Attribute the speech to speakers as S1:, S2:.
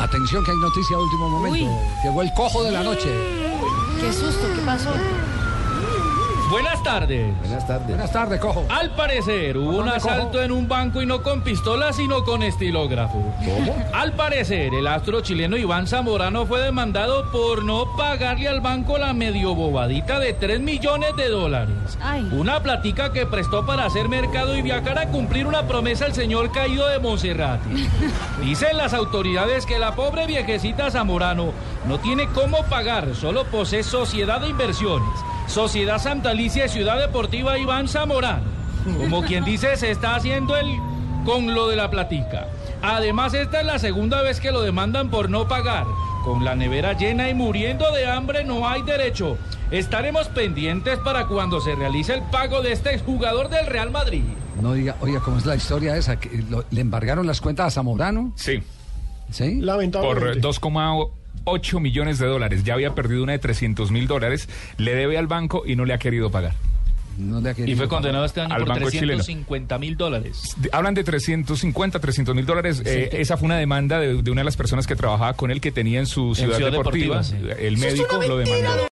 S1: Atención que hay noticia de último momento. Llegó el cojo de la noche.
S2: Qué susto, ¿qué pasó?
S3: Buenas tardes.
S1: Buenas tardes, cojo.
S3: Al parecer hubo un asalto en un banco y no con pistola, sino con estilógrafo. Al parecer, el astro chileno Iván Zamorano fue demandado por no pagarle al banco la medio bobadita de 3 millones de dólares.
S2: Ay.
S3: Una platica que prestó para hacer mercado y viajar a cumplir una promesa al señor caído de Monserrate. Dicen las autoridades que la pobre viejecita Zamorano no tiene cómo pagar, solo posee sociedad de inversiones. Sociedad Santa Alicia y Ciudad Deportiva Iván Zamorano. Como quien dice, se está haciendo el con lo de la platica. Además, esta es la segunda vez que lo demandan por no pagar. Con la nevera llena y muriendo de hambre no hay derecho. Estaremos pendientes para cuando se realice el pago de este exjugador del Real Madrid.
S1: No diga, oiga, ¿cómo es la historia esa? Que lo- ¿Le embargaron las cuentas a Zamorano?
S4: Sí,
S1: ¿Sí?
S4: por 2,8 millones de dólares. Ya había perdido una de 300 mil dólares. Le debe al banco y no le ha querido pagar.
S1: No le ha querido
S3: Y fue
S1: pagar.
S3: condenado este año
S4: Al
S3: por
S4: banco chileno.
S3: 350 mil dólares.
S4: De- Hablan de 350, 300 mil dólares. Eh, esa fue una demanda de, de una de las personas que trabajaba con él que tenía en su ciudad,
S3: Ciudad Deportiva,
S4: deportiva. El médico lo demandó.